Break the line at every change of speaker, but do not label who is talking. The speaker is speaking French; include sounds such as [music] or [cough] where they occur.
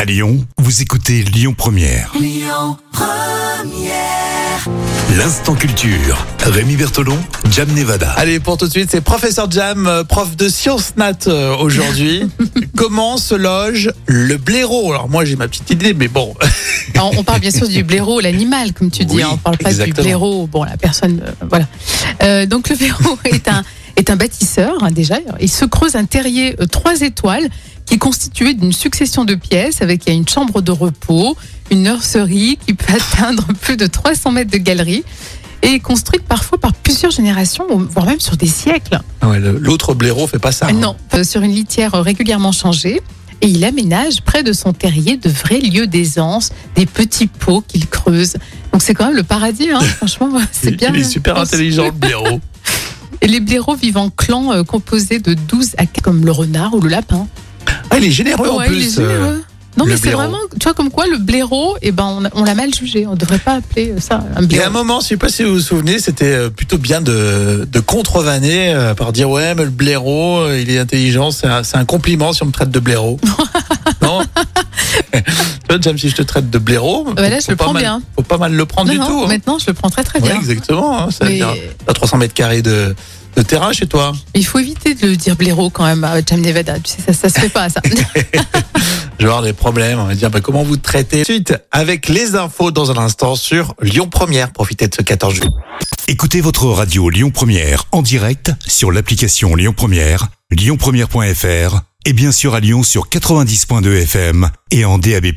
À Lyon, vous écoutez Lyon Première. L'instant culture. Rémi Bertolon, Jam Nevada.
Allez, pour tout de suite, c'est professeur Jam, euh, prof de sciences nat euh,
[laughs]
aujourd'hui. Comment se loge le blaireau Alors moi j'ai ma petite idée, mais
[laughs]
bon,
Alors, on parle bien sûr du blaireau, l'animal, comme tu dis.
Oui,
hein, on parle pas
exactement.
du blaireau. Bon, la personne, euh, voilà. Euh, donc le blaireau [laughs] est un est un bâtisseur hein, déjà. Il se creuse un terrier euh, trois étoiles qui est constitué d'une succession de pièces avec il y a une chambre de repos, une nurserie qui peut [laughs] atteindre plus de 300 mètres de galerie et est construite parfois par plusieurs générations, voire même sur des siècles.
Ah ouais, le- l'autre blaireau fait pas ça. hein.
Non, euh, sur une litière euh, régulièrement changée. Et il aménage près de son terrier de vrais lieux d'aisance, des petits pots qu'il creuse. Donc c'est quand même le paradis,
[laughs]
hein, franchement, c'est
Il-
bien.
Il est super
conçu.
intelligent le
[laughs]
blaireau.
Et les blaireaux vivent en clans euh, composés de 12 à 4, comme le renard ou le lapin.
Ah, il est généreux en
Ouais,
plus.
il est
euh,
généreux. Non,
le
mais c'est
blaireau.
vraiment, tu vois, comme quoi le blaireau, eh ben, on, a- on l'a mal jugé. On ne devrait pas appeler euh, ça un
Il y a un
blaireau.
moment, je sais pas si vous vous souvenez, c'était euh, plutôt bien de, de contrevanner euh, par dire ouais, mais le blaireau, euh, il est intelligent, c'est un, c'est un compliment si on me traite de
[laughs]
blaireau. non [laughs] Tu vois, James, si je te traite de blaireau,
Bah là, je
faut
le
pas
prends
mal-
bien.
Faut pas mal le prendre
Non,
du
non,
tout. hein.
maintenant, je le prends très très
Ouais,
bien.
exactement. hein, ça veut
Mais-
dire, t'as 300 mètres carrés de, de terrain chez toi.
Mais Il faut éviter de le dire blaireau quand même à Jam Nevada. Tu sais, ça, ça se fait pas, ça.
[laughs] Je vais avoir des problèmes. On va dire, bah, comment vous traitez Suite avec les infos dans un instant sur Lyon Première. Profitez de ce 14 juillet.
Écoutez votre radio Lyon Première en direct sur l'application Lyon Première, lyonpremière.fr et bien sûr à Lyon sur 90.2 FM et en DAB+.